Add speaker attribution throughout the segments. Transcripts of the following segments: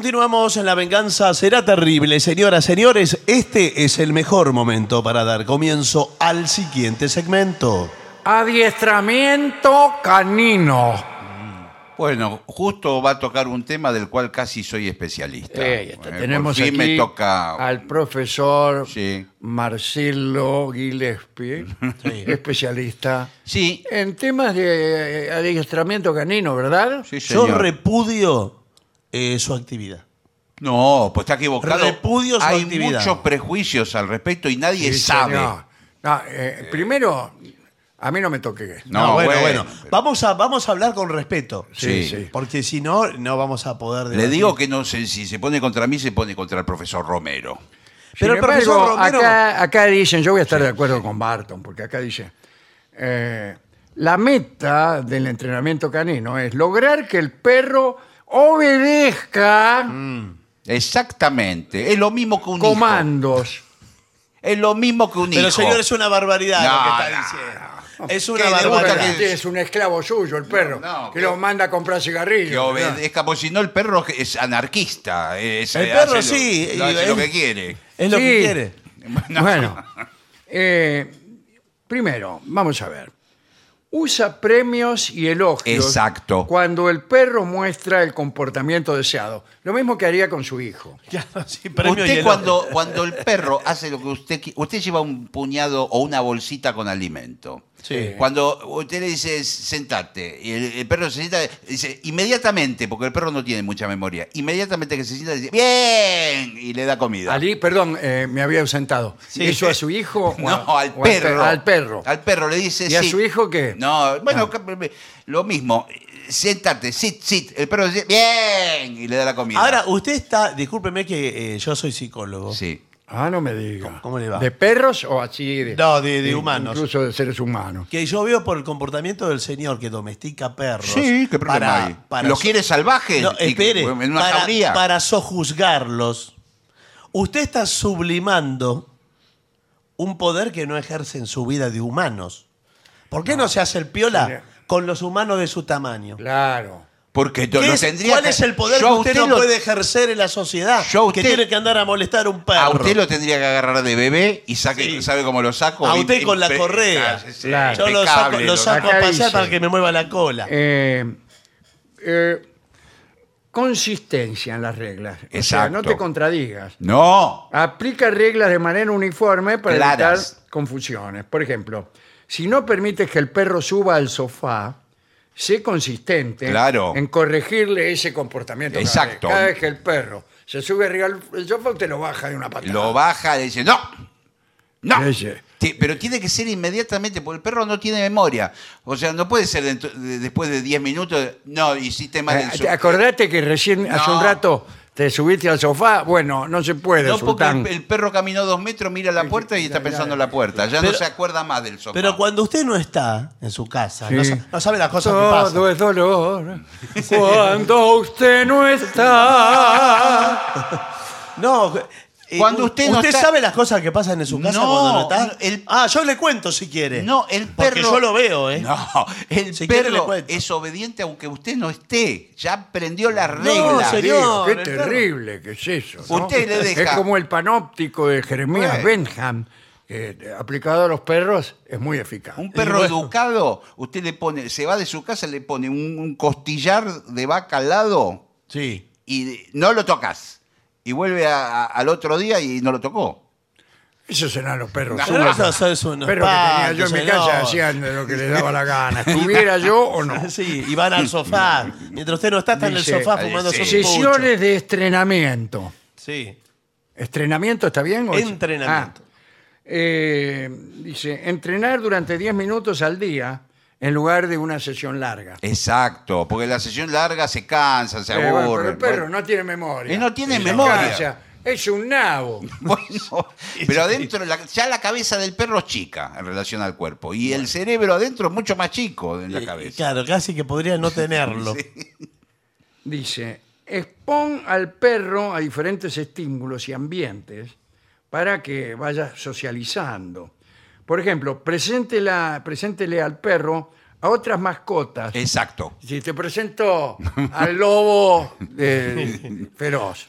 Speaker 1: Continuamos en La Venganza Será Terrible. Señoras, señores, este es el mejor momento para dar comienzo al siguiente segmento.
Speaker 2: Adiestramiento canino.
Speaker 3: Bueno, justo va a tocar un tema del cual casi soy especialista.
Speaker 2: Eh, ya está.
Speaker 3: Eh, por
Speaker 2: Tenemos
Speaker 3: fin
Speaker 2: aquí
Speaker 3: me toca.
Speaker 2: al profesor
Speaker 3: Sí.
Speaker 2: Marcelo Gillespie, especialista
Speaker 3: Sí,
Speaker 2: en temas de eh, adiestramiento canino, ¿verdad?
Speaker 3: sí,
Speaker 1: Yo
Speaker 3: señor.
Speaker 1: repudio eh, su actividad.
Speaker 3: No, pues está equivocado.
Speaker 1: Repudio su
Speaker 3: Hay
Speaker 1: actividad.
Speaker 3: muchos prejuicios al respecto y nadie
Speaker 2: Sí,
Speaker 3: sabe.
Speaker 2: señor. No, eh, primero, a mí no me toque.
Speaker 3: No, bueno.
Speaker 1: Vamos, a, vamos a hablar con respeto.
Speaker 2: Sí,
Speaker 3: Sí.
Speaker 2: sí.
Speaker 1: Porque si no, no vamos a poder...
Speaker 3: Le
Speaker 1: debatir.
Speaker 3: digo que no sé si se pone contra mí, se pone contra el profesor Romero.
Speaker 1: Pero
Speaker 2: Sin
Speaker 1: el profesor
Speaker 2: embargo,
Speaker 1: Romero-
Speaker 2: acá, acá dicen, yo voy a estar de acuerdo con Barton, porque acá dice, eh, la meta del entrenamiento canino es lograr que el perro obedezca
Speaker 3: Mm, Exactamente. Es lo mismo que un hijo.
Speaker 2: comandos.
Speaker 3: Es lo mismo que un
Speaker 1: Pero
Speaker 3: hijo.
Speaker 1: señor, es una barbaridad
Speaker 3: No,
Speaker 1: lo que está
Speaker 3: no,
Speaker 1: diciendo. Es
Speaker 3: ¿Qué
Speaker 1: una
Speaker 3: le gusta
Speaker 1: barbaridad.
Speaker 3: que-
Speaker 2: Es un esclavo suyo, el perro,
Speaker 3: No,
Speaker 2: que
Speaker 3: que-
Speaker 2: lo manda a comprar cigarrillos.
Speaker 3: Que obedezca, porque si no el perro es anarquista. es- eh,
Speaker 1: El
Speaker 3: hace
Speaker 1: perro
Speaker 3: lo-
Speaker 1: sí,
Speaker 3: lo
Speaker 1: y
Speaker 3: hace
Speaker 1: es-
Speaker 3: lo que quiere.
Speaker 1: Es lo
Speaker 2: Sí.
Speaker 1: que quiere.
Speaker 3: No.
Speaker 2: Bueno, eh, primero, vamos a ver. Usa premios y elogios.
Speaker 3: Exacto.
Speaker 2: Cuando el perro muestra el comportamiento deseado. Lo mismo que haría con su hijo.
Speaker 1: Claro, sí, premio y
Speaker 3: Usted
Speaker 1: el-
Speaker 3: cuando, cuando el perro hace lo que usted qui- usted lleva un puñado o una bolsita con alimento.
Speaker 1: Sí.
Speaker 3: Cuando usted le dice sentate y el, el perro se sienta, dice inmediatamente, porque el perro no tiene mucha memoria, inmediatamente que se sienta dice bien y le da comida.
Speaker 2: Ali, perdón, eh, me había ausentado.
Speaker 1: Sí.
Speaker 2: ¿Eso a su hijo? o a-
Speaker 3: No, al
Speaker 2: o
Speaker 3: perro.
Speaker 2: Al perro.
Speaker 3: Al perro le dice
Speaker 2: ¿Y a
Speaker 3: "Sit".
Speaker 2: su hijo qué? Ah.
Speaker 3: No, bueno, cap- lo mismo. Siéntate, sit, sit. El perro dice, bien, y le da la comida.
Speaker 1: Ahora, usted está, discúlpeme que eh, yo soy psicólogo.
Speaker 3: Sí.
Speaker 2: Ah, no me diga.
Speaker 1: ¿Cómo le va?
Speaker 2: ¿De perros o así? De,
Speaker 1: No, de- de humanos.
Speaker 2: Incluso de seres humanos.
Speaker 1: Que yo veo por el comportamiento del señor que domestica perros.
Speaker 3: Sí, qué problema
Speaker 1: para-
Speaker 3: hay.
Speaker 1: para
Speaker 3: ¿Los
Speaker 1: so-
Speaker 3: quiere salvajes?
Speaker 1: No,
Speaker 3: Y-
Speaker 1: espere.
Speaker 3: En una
Speaker 1: para,
Speaker 3: jauría.
Speaker 1: para sojuzgarlos. Usted está sublimando un poder que no ejerce en su vida de humanos. ¿Por qué no, se hace el piola
Speaker 2: Mire.
Speaker 1: con los humanos de su tamaño?
Speaker 2: Claro.
Speaker 3: Porque
Speaker 1: ¿Qué
Speaker 3: lo
Speaker 1: es-
Speaker 3: tendría
Speaker 1: ¿Cuál
Speaker 3: que-
Speaker 1: es el poder
Speaker 3: Yo
Speaker 1: que
Speaker 3: a
Speaker 1: usted, no
Speaker 3: lo-
Speaker 1: puede ejercer en la sociedad?
Speaker 3: Yo a
Speaker 1: que
Speaker 3: usted-
Speaker 1: tiene que andar a molestar a un perro.
Speaker 3: A usted lo tendría que agarrar de bebé y saque,
Speaker 1: Sí.
Speaker 3: sabe cómo lo saco.
Speaker 1: A usted con la
Speaker 3: Impe-
Speaker 1: correa.
Speaker 3: Sí, sí,
Speaker 2: Claro.
Speaker 1: Yo lo saco,
Speaker 3: impecable,
Speaker 1: lo saco a
Speaker 2: Acá
Speaker 1: pasear
Speaker 2: dice.
Speaker 1: para que me mueva la cola.
Speaker 2: Eh, eh, consistencia en las reglas. O sea, no
Speaker 3: Exacto.
Speaker 2: te contradigas.
Speaker 3: No.
Speaker 2: Aplica reglas de manera uniforme para
Speaker 3: Claras.
Speaker 2: evitar confusiones. Por ejemplo, si no permites que el perro suba al sofá, sé consistente
Speaker 3: Claro.
Speaker 2: en corregirle ese comportamiento. Cada
Speaker 3: Exacto.
Speaker 2: vez- Cada vez que el perro se sube arriba del sofá, usted lo baja de una patada. Eh,
Speaker 3: Lo baja y dice, no, no.
Speaker 2: Ese.
Speaker 3: Ti- Pero tiene que ser inmediatamente, porque el perro no tiene memoria. O sea, no puede ser dentro- de- después de 10 minutos, no, hiciste mal
Speaker 2: Eh,
Speaker 3: en su...
Speaker 2: ¿te Acordate que recién, hace
Speaker 3: No.
Speaker 2: un rato, te subiste al sofá. Bueno, no se puede,
Speaker 3: No, porque
Speaker 2: Sultán.
Speaker 3: el, el perro caminó dos metros, mira la puerta y está pensando en la puerta. Ya
Speaker 1: Pero-
Speaker 3: no se acuerda más del sofá.
Speaker 1: Pero cuando usted no está en su casa, no,
Speaker 2: Sí.
Speaker 1: sa- no sabe las cosas que pasan.
Speaker 2: Todo es dolor cuando usted no está.
Speaker 1: No, eh,
Speaker 3: Cuando
Speaker 1: u-
Speaker 3: usted no está-
Speaker 1: sabe las cosas que pasan en su casa
Speaker 3: No,
Speaker 1: cuando no está.
Speaker 3: el-
Speaker 1: Ah, yo le cuento si quiere.
Speaker 3: No, el perro.
Speaker 1: Porque yo lo veo, ¿eh?
Speaker 3: No, el
Speaker 1: Si quiere le
Speaker 3: perro
Speaker 1: cuento.
Speaker 3: es obediente aunque usted no esté. Ya aprendió las
Speaker 1: No,
Speaker 3: reglas.
Speaker 1: señor.
Speaker 2: Digo,
Speaker 1: el
Speaker 2: qué
Speaker 1: perro.
Speaker 2: terrible que es eso. ¿no?
Speaker 3: Usted le deja-
Speaker 2: Es como el panóptico de Jeremías
Speaker 3: Bueno.
Speaker 2: Benham, que eh, aplicado a los perros es muy eficaz.
Speaker 3: Un perro educado, usted le pone, se va de su casa, le pone un, un costillar de vaca al lado
Speaker 1: Sí.
Speaker 3: y de- no lo tocas. Y vuelve a- a- al otro día y no lo tocó.
Speaker 2: Esos eran los perros.
Speaker 1: Pero
Speaker 2: suban.
Speaker 1: eso es unos
Speaker 2: Perros que tenía yo en mi
Speaker 1: espantos,
Speaker 2: casa
Speaker 1: señor.
Speaker 2: hacían de lo que les daba la gana. ¿Estuviera yo o no?
Speaker 1: Sí, y van al sofá. Mientras usted no está, está en el
Speaker 2: Dice,
Speaker 1: sofá fumando
Speaker 3: sí.
Speaker 1: su pucho.
Speaker 2: Sesiones de estrenamiento.
Speaker 1: Sí.
Speaker 2: ¿Estrenamiento está bien? o es-
Speaker 1: Entrenamiento.
Speaker 2: Ah. Eh, dice, entrenar durante 10 minutos al día en lugar de una sesión larga.
Speaker 3: Exacto, porque la sesión larga se cansa, se
Speaker 2: Eh,
Speaker 3: aburre.
Speaker 2: bueno, pero el perro no tiene memoria.
Speaker 3: Eh, no tiene
Speaker 2: Se
Speaker 3: memoria.
Speaker 2: cansa. Es un nabo.
Speaker 3: Bueno, pero adentro, la- ya la cabeza del perro es chica en relación al cuerpo. Y el cerebro adentro es mucho más chico en la
Speaker 1: Y
Speaker 3: cabeza.
Speaker 1: Eh, Claro, casi que podría no tenerlo.
Speaker 2: Dice, expon al perro a diferentes estímulos y ambientes para que vaya socializando. Por ejemplo, preséntela- preséntele al perro a otras mascotas.
Speaker 3: Eh. Exacto.
Speaker 2: Si te presento al lobo eh, feroz.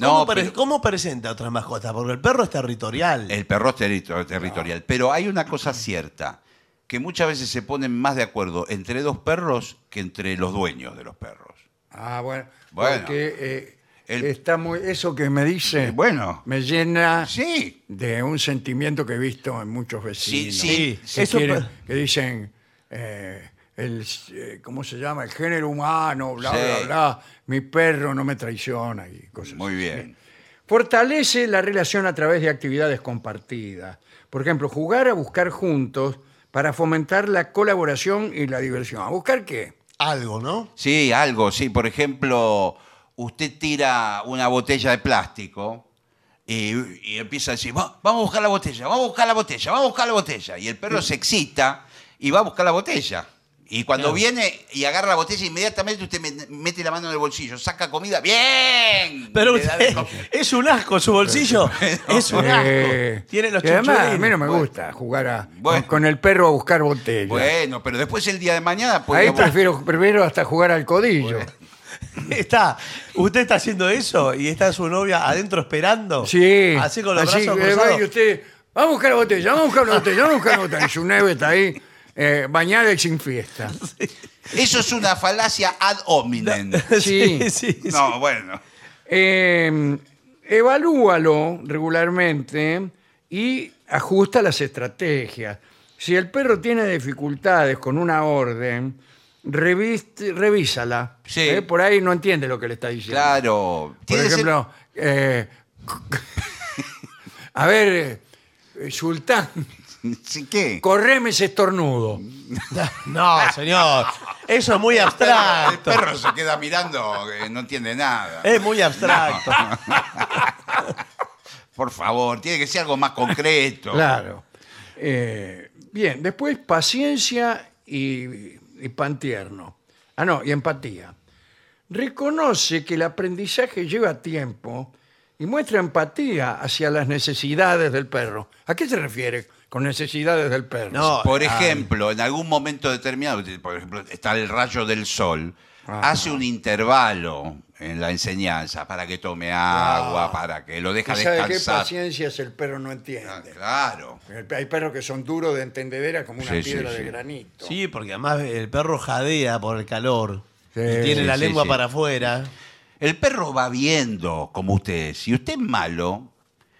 Speaker 1: ¿Cómo,
Speaker 3: No,
Speaker 1: pre-
Speaker 3: pero-
Speaker 1: cómo presenta otras mascotas? Porque el perro es territorial.
Speaker 3: El perro es terri- territorial. Pero hay una cosa cierta, que muchas veces se ponen más de acuerdo entre dos perros que entre los dueños de los perros.
Speaker 2: Ah, bueno.
Speaker 3: Bueno.
Speaker 2: Porque eh,
Speaker 3: El-
Speaker 2: está muy, eso que me dice
Speaker 3: Eh, bueno.
Speaker 2: me llena
Speaker 3: Sí.
Speaker 2: de un sentimiento que he visto en muchos vecinos.
Speaker 1: Sí,
Speaker 2: que,
Speaker 1: eso
Speaker 2: quieren-
Speaker 1: pa-
Speaker 2: que dicen, eh, el, eh, ¿cómo se llama? El género humano, bla,
Speaker 3: Sí.
Speaker 2: bla, bla. Mi perro no me traiciona y cosas
Speaker 3: Muy
Speaker 2: así.
Speaker 3: bien.
Speaker 2: Fortalece la relación a través de actividades compartidas. Por ejemplo, jugar a buscar juntos para fomentar la colaboración y la diversión. ¿A buscar qué?
Speaker 1: Algo, ¿no?
Speaker 3: Sí, algo, sí. Por ejemplo, usted tira una botella de plástico y, y empieza a decir, "Va- vamos a buscar la botella, vamos a buscar la botella, vamos a buscar la botella. Y el perro se excita y va a buscar la botella. Y cuando viene y agarra la botella, inmediatamente usted me- mete la mano en el bolsillo, saca comida, ¡bien!
Speaker 1: Pero
Speaker 3: Le da de
Speaker 1: usted,
Speaker 3: comer.
Speaker 1: es un asco su bolsillo. es un asco.
Speaker 2: Eh,
Speaker 1: Tiene los
Speaker 2: y además, a
Speaker 1: chinchulines.
Speaker 2: mí no me
Speaker 3: Bueno.
Speaker 2: gusta jugar a-
Speaker 3: Bueno.
Speaker 2: con el perro a buscar botellas.
Speaker 3: Bueno, pero después el día de mañana... pues,
Speaker 2: Ahí
Speaker 3: puede
Speaker 2: prefiero, prefiero hasta jugar al codillo.
Speaker 1: Está, usted está haciendo eso y está su novia adentro esperando.
Speaker 2: Sí.
Speaker 1: Oh. Así con los brazos
Speaker 2: que
Speaker 1: cruzados.
Speaker 2: va y usted, vamos a buscar la botella, vamos a buscar la botella, vamos a buscar la botella. Y su neve está ahí, eh, bañada y sin fiesta.
Speaker 3: Eso es una falacia ad hominem.
Speaker 1: sí,
Speaker 2: Sí.
Speaker 1: sí, sí.
Speaker 3: No, bueno.
Speaker 2: Eh, evalúalo regularmente y ajusta las estrategias. Si el perro tiene dificultades con una orden, reviste- revísala.
Speaker 3: Sí.
Speaker 2: Eh, Por ahí no entiende lo que le está diciendo.
Speaker 3: Claro.
Speaker 2: Por
Speaker 3: Tiene que ser-
Speaker 2: ejemplo, eh, a ver, eh, Sultán,
Speaker 3: ¿Sí, ¿Qué?
Speaker 2: correme ese estornudo.
Speaker 1: No, señor. Eso es muy
Speaker 3: El
Speaker 1: abstracto.
Speaker 3: perro se queda mirando, eh, no entiende nada.
Speaker 2: Eh.
Speaker 1: Es muy abstracto.
Speaker 3: Por favor, tiene que ser algo más concreto.
Speaker 2: Claro. Eh, bien, después paciencia y, y pan tierno. Ah, no, y empatía. Reconoce que el aprendizaje lleva tiempo y muestra empatía hacia las necesidades del perro. ¿A qué se refiere con necesidades del perro?
Speaker 1: No.
Speaker 3: Por ejemplo, en algún momento determinado, por ejemplo, está el rayo del sol,
Speaker 2: Ajá.
Speaker 3: hace un intervalo en la enseñanza para que tome agua, para que lo deja
Speaker 2: Ah. ¿Y sabe qué
Speaker 3: descansar.
Speaker 2: paciencias el perro no
Speaker 3: Ah,
Speaker 2: entiende?
Speaker 3: Claro.
Speaker 2: Hay perros que son duros de entendedera como una
Speaker 3: Sí, sí,
Speaker 2: piedra de
Speaker 3: sí.
Speaker 2: granito.
Speaker 1: Sí, porque además el perro jadea por el calor.
Speaker 2: Sí,
Speaker 1: y tiene
Speaker 3: sí,
Speaker 1: la
Speaker 3: sí,
Speaker 1: lengua
Speaker 3: sí.
Speaker 1: para afuera.
Speaker 3: El perro va viendo como usted es. Si usted es malo,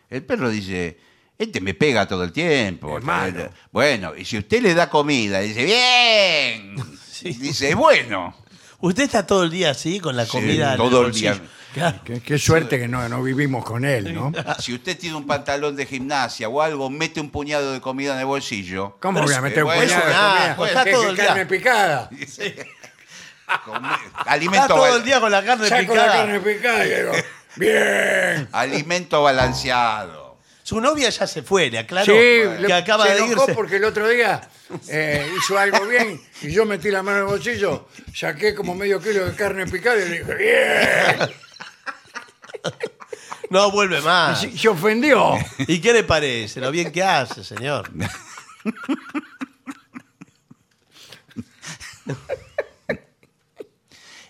Speaker 3: el perro dice, este me pega todo el tiempo.
Speaker 2: Es malo.
Speaker 3: Bueno, y si usted le da comida, dice, bien. Dice, es bueno.
Speaker 1: Usted está todo el día así con la
Speaker 3: Sí,
Speaker 1: comida. en
Speaker 3: todo el
Speaker 1: bolsillo.
Speaker 3: día.
Speaker 1: Claro.
Speaker 2: Qué, qué suerte que no, no vivimos con él, ¿no?
Speaker 3: Si usted tiene un pantalón de gimnasia o algo, mete un puñado de comida en el bolsillo.
Speaker 2: ¿Cómo voy a meter un
Speaker 3: Bueno,
Speaker 2: puñado de
Speaker 3: es un
Speaker 2: comida?
Speaker 3: asco,
Speaker 1: está
Speaker 2: ¿Qué-
Speaker 1: todo
Speaker 2: qué
Speaker 1: el día.
Speaker 2: carne picada.
Speaker 3: come-
Speaker 1: Está
Speaker 3: alimento,
Speaker 1: todo
Speaker 3: bal-
Speaker 1: el día con la carne
Speaker 2: Saco la
Speaker 1: picada.
Speaker 2: carne picada y digo, bien.
Speaker 3: alimento balanceado.
Speaker 1: Su novia ya se fue, le aclaro.
Speaker 2: sí,
Speaker 1: que
Speaker 2: le-
Speaker 1: acaba
Speaker 2: se
Speaker 1: de
Speaker 2: enojó
Speaker 1: irse.
Speaker 2: porque el otro día eh, hizo algo bien y yo metí la mano en el bolsillo, saqué como medio kilo de carne picada y le dije, bien.
Speaker 1: No vuelve más.
Speaker 2: Y se- se ofendió.
Speaker 1: ¿Y qué le parece? Lo bien que hace, señor.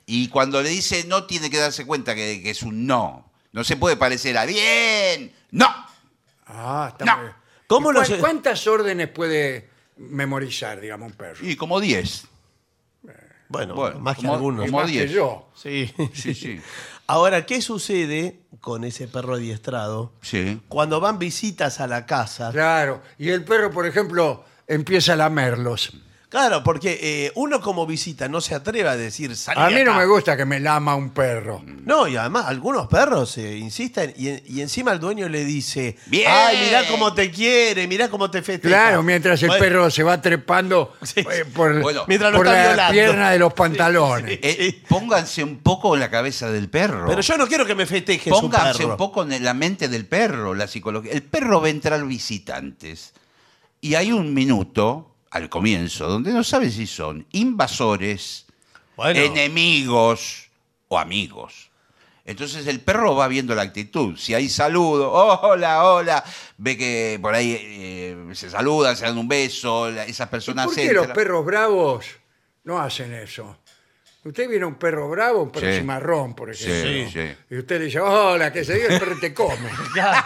Speaker 3: Y cuando le dice no, tiene que darse cuenta que, que es un no. No se puede parecer a bien. No.
Speaker 2: Ah, está
Speaker 3: No.
Speaker 2: muy bien.
Speaker 1: ¿Cómo
Speaker 2: ¿Y
Speaker 1: lo
Speaker 2: cuál-
Speaker 1: sé?
Speaker 2: ¿Cuántas órdenes puede memorizar, digamos, un perro?
Speaker 3: Y como 10.
Speaker 1: Bueno,
Speaker 3: Bueno,
Speaker 1: más que
Speaker 3: como-
Speaker 1: algunos.
Speaker 2: Y
Speaker 3: como
Speaker 2: más que
Speaker 3: 10.
Speaker 2: yo.
Speaker 1: Sí.
Speaker 3: Sí, sí.
Speaker 1: Ahora, ¿qué sucede con ese perro adiestrado?
Speaker 3: Sí.
Speaker 1: Cuando van visitas a la casa.
Speaker 2: Claro. Y el perro, por ejemplo, empieza a lamerlos.
Speaker 1: Claro, porque eh, uno como visita no se atreve a decir salí
Speaker 2: A mí
Speaker 1: de
Speaker 2: no
Speaker 1: acá".
Speaker 2: me gusta que me lama un perro.
Speaker 1: No, y además algunos perros eh, insisten y, en- y encima el dueño le dice,
Speaker 3: Bien.
Speaker 1: ay, mirá cómo te quiere, mirá cómo te festeja.
Speaker 2: Claro, mientras el
Speaker 1: Bueno,
Speaker 2: perro se va trepando
Speaker 1: Sí.
Speaker 2: eh, por,
Speaker 3: Bueno,
Speaker 1: mientras lo
Speaker 2: por
Speaker 1: está
Speaker 2: la
Speaker 1: violando.
Speaker 2: pierna de los pantalones.
Speaker 3: Eh, pónganse un poco en la cabeza del perro.
Speaker 1: Pero yo no quiero que me festeje su
Speaker 3: Pónganse
Speaker 1: perro.
Speaker 3: un poco en la mente del perro, la psicología. El perro va a entrar visitantes y hay un minuto al comienzo donde no sabe si son invasores,
Speaker 1: Bueno,
Speaker 3: enemigos o amigos. Entonces el perro va viendo la actitud. Si hay saludo, hola, hola, ve que por ahí eh, se saludan, se dan un beso, la- esas
Speaker 2: ¿Y
Speaker 3: personas
Speaker 2: ¿Por qué
Speaker 3: entran.
Speaker 2: los perros bravos no hacen eso? Usted viene a un perro bravo, un perro
Speaker 3: Sí.
Speaker 2: cimarrón, por
Speaker 3: Sí,
Speaker 2: ejemplo.
Speaker 3: sí.
Speaker 2: Y usted le dice, hola, que se diga, el perro te come.
Speaker 1: Ya,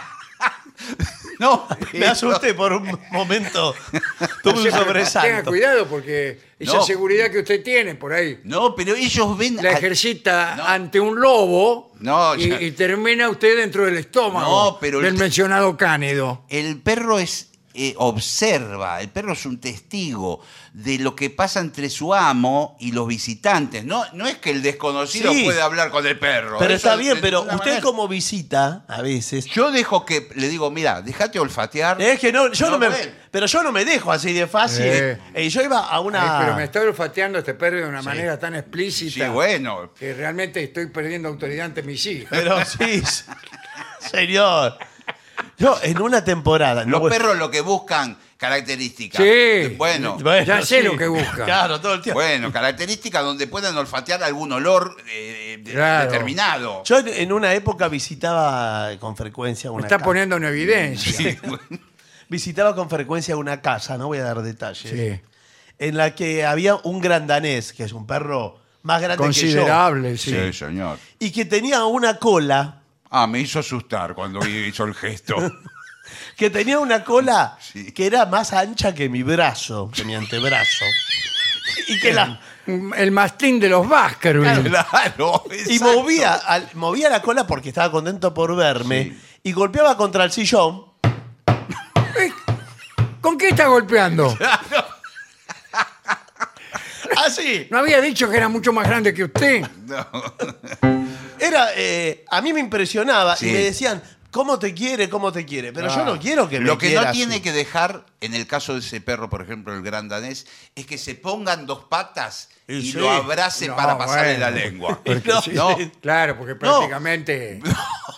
Speaker 3: No,
Speaker 1: me asusté por un momento. Tuve un
Speaker 2: Siempre Tenga
Speaker 1: sobresalto.
Speaker 2: cuidado porque esa
Speaker 3: No.
Speaker 2: seguridad que usted tiene por ahí
Speaker 3: no, pero ellos ven.
Speaker 2: la
Speaker 3: al-
Speaker 2: ejercita
Speaker 3: No.
Speaker 2: ante un lobo
Speaker 3: No,
Speaker 2: y,
Speaker 3: ya-
Speaker 2: y termina usted dentro del estómago
Speaker 3: No, pero el
Speaker 2: del
Speaker 3: te-
Speaker 2: mencionado cánido.
Speaker 3: El perro es eh, observa, el perro es un testigo de lo que pasa entre su amo y los visitantes. No, no es que el desconocido
Speaker 1: Sí.
Speaker 3: puede hablar con el perro.
Speaker 1: Pero
Speaker 3: Eso
Speaker 1: está
Speaker 3: de
Speaker 1: bien, pero
Speaker 3: ninguna
Speaker 1: usted
Speaker 3: manera.
Speaker 1: como visita a veces.
Speaker 3: Yo dejo que le digo, mira, déjate olfatear.
Speaker 1: Es que no, yo no,
Speaker 3: No,
Speaker 1: me.
Speaker 3: con él.
Speaker 1: Pero yo no me dejo así de fácil.
Speaker 2: Eh.
Speaker 1: Eh, yo iba a una.
Speaker 2: Ay, pero me está olfateando este perro de una manera tan explícita
Speaker 3: Sí, bueno.
Speaker 2: que realmente estoy perdiendo autoridad ante mis hijos.
Speaker 1: Pero sí, s- señor. Yo, en una temporada. no
Speaker 3: Los
Speaker 1: voy-
Speaker 3: perros lo que buscan características.
Speaker 2: Sí.
Speaker 3: Bueno,
Speaker 1: Bueno,
Speaker 2: Ya sé lo que busca.
Speaker 1: Claro, todo el tiempo.
Speaker 3: bueno, características donde puedan olfatear algún olor eh, de-
Speaker 2: Claro.
Speaker 3: determinado.
Speaker 1: Yo en- en una época visitaba con frecuencia
Speaker 2: Me
Speaker 1: una
Speaker 2: está
Speaker 1: ca-
Speaker 2: poniendo en evidencia.
Speaker 3: Sí, bueno.
Speaker 1: Visitaba con frecuencia una casa, no voy a dar detalles.
Speaker 2: Sí.
Speaker 1: En la que había un gran danés, que es un perro más grande
Speaker 2: Considerable, sí.
Speaker 3: Sí, señor.
Speaker 1: que yo. Y que tenía una cola.
Speaker 3: Ah, me hizo asustar cuando hizo el gesto.
Speaker 1: Que tenía una cola
Speaker 3: Sí.
Speaker 1: que era más ancha que mi brazo, que mi antebrazo. Y que la.
Speaker 2: Mm, El mastín de los Baskerville.
Speaker 3: Claro.
Speaker 1: Y
Speaker 3: exacto.
Speaker 1: movía, al- movía la cola porque estaba contento por verme. Y golpeaba contra el sillón.
Speaker 2: Eh, ¿Con qué está golpeando?
Speaker 1: Así.
Speaker 2: ¿No había dicho que era mucho más grande que usted?
Speaker 1: Era, eh, a mí me impresionaba
Speaker 3: Sí. Ah.
Speaker 1: y me decían, ¿cómo te quiere? ¿Cómo te quiere? Pero yo no quiero que me
Speaker 3: Lo que
Speaker 1: quiera
Speaker 3: no
Speaker 1: así.
Speaker 3: tiene que dejar, en el caso de ese perro, por ejemplo, el gran danés, es que se pongan dos patas
Speaker 1: Y
Speaker 3: y,
Speaker 1: sí.
Speaker 3: lo abrace
Speaker 2: No,
Speaker 3: para pasarle
Speaker 2: bueno.
Speaker 3: la lengua.
Speaker 1: Y no,
Speaker 3: No.
Speaker 2: Claro, porque prácticamente...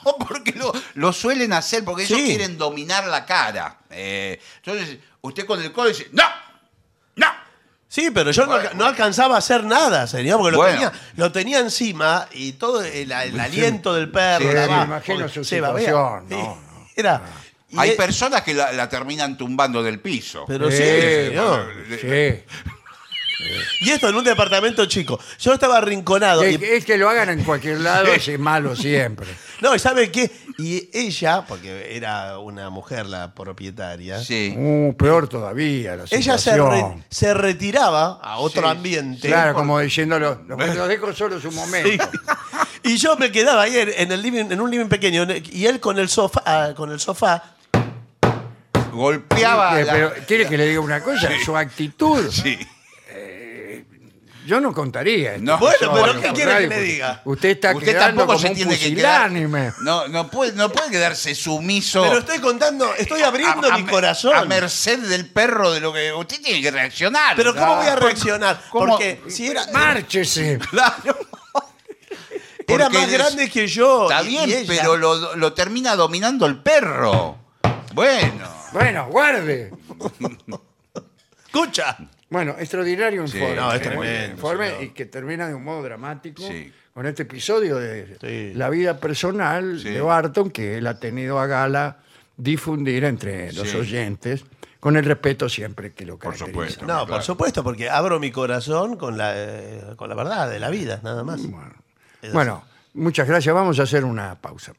Speaker 3: No, porque lo, lo suelen hacer, porque ellos
Speaker 1: Sí.
Speaker 3: quieren dominar la cara. Eh, entonces, usted con el codo dice, ¡No! ¡No!
Speaker 1: Sí, pero yo no,
Speaker 3: Bueno.
Speaker 1: no alcanzaba a hacer nada, señor, porque lo,
Speaker 3: Bueno.
Speaker 1: tenía, lo tenía encima y todo el, el aliento del perro.
Speaker 2: Sí,
Speaker 1: la
Speaker 2: me
Speaker 1: va-
Speaker 2: imagino su
Speaker 1: se babea.
Speaker 2: situación, no,
Speaker 1: Sí,
Speaker 2: no.
Speaker 1: Era.
Speaker 3: Ah.
Speaker 1: y
Speaker 3: Hay
Speaker 1: eh,
Speaker 3: personas que la, la terminan tumbando del piso.
Speaker 1: pero sí,
Speaker 2: Eh,
Speaker 1: señor.
Speaker 2: sí.
Speaker 1: Y esto en un departamento chico. Yo estaba arrinconado.
Speaker 2: Es
Speaker 1: Y,
Speaker 2: que, es que lo hagan en cualquier lado es malo siempre.
Speaker 1: no, ¿y ¿sabe qué? Y ella, porque era una mujer la propietaria,
Speaker 3: Sí.
Speaker 2: Uh, peor todavía la
Speaker 1: ella se,
Speaker 2: situación.
Speaker 1: re- se retiraba a otro
Speaker 3: Sí,
Speaker 1: ambiente.
Speaker 2: Claro, como diciéndolo, los los dejo solos un
Speaker 1: Sí.
Speaker 2: momento.
Speaker 1: Y yo me quedaba ahí en, en el living- en un living pequeño en- y él con el sofá, ah, con el sofá.
Speaker 3: Golpeaba.
Speaker 2: Eh,
Speaker 3: la-
Speaker 2: Pero quiere que le diga una cosa, su actitud. Eh,
Speaker 3: Sí.
Speaker 2: Yo no contaría. esto.
Speaker 3: Ah, No.
Speaker 1: Bueno,
Speaker 2: Yo,
Speaker 1: pero
Speaker 2: no,
Speaker 1: ¿qué
Speaker 2: por
Speaker 1: quiere
Speaker 2: radio,
Speaker 1: que le
Speaker 2: porque
Speaker 1: diga?
Speaker 2: Usted está
Speaker 3: Usted
Speaker 2: quedando
Speaker 3: tampoco
Speaker 2: como
Speaker 3: se
Speaker 2: un
Speaker 3: tiene que quedar.
Speaker 2: pusilánime.
Speaker 3: No, no puede, no puede quedarse sumiso.
Speaker 1: Pero estoy contando, estoy abriendo
Speaker 3: a- a-
Speaker 1: mi corazón.
Speaker 3: A merced del perro, de lo que. Usted tiene que reaccionar.
Speaker 1: pero ¿cómo
Speaker 3: Ah,
Speaker 1: voy a reaccionar?
Speaker 3: ¿cómo?
Speaker 1: Porque si era,
Speaker 2: Márchese.
Speaker 3: Claro.
Speaker 1: era
Speaker 3: Porque
Speaker 1: más
Speaker 3: es-
Speaker 1: grande que yo.
Speaker 3: Está
Speaker 1: y-
Speaker 3: bien,
Speaker 1: y ella-
Speaker 3: pero lo, lo termina dominando el perro. Bueno.
Speaker 2: Bueno, guarde.
Speaker 1: Escucha.
Speaker 2: Bueno, extraordinario informe.
Speaker 3: no, es
Speaker 2: ¿eh?
Speaker 1: tremendo,
Speaker 2: Informe
Speaker 1: señor.
Speaker 2: y que termina de un modo dramático
Speaker 3: Sí.
Speaker 2: con este episodio de
Speaker 1: Sí.
Speaker 2: la vida personal
Speaker 3: Sí.
Speaker 2: de Barton que él ha tenido a gala difundir entre los
Speaker 3: Sí.
Speaker 2: oyentes con el respeto siempre que lo
Speaker 3: Por
Speaker 2: caracteriza.
Speaker 3: supuesto.
Speaker 1: No, por
Speaker 3: Claro.
Speaker 1: supuesto, porque abro mi corazón con la, eh, con la verdad de la vida, nada más.
Speaker 2: Bueno, bueno, muchas gracias. Vamos a hacer una pausa.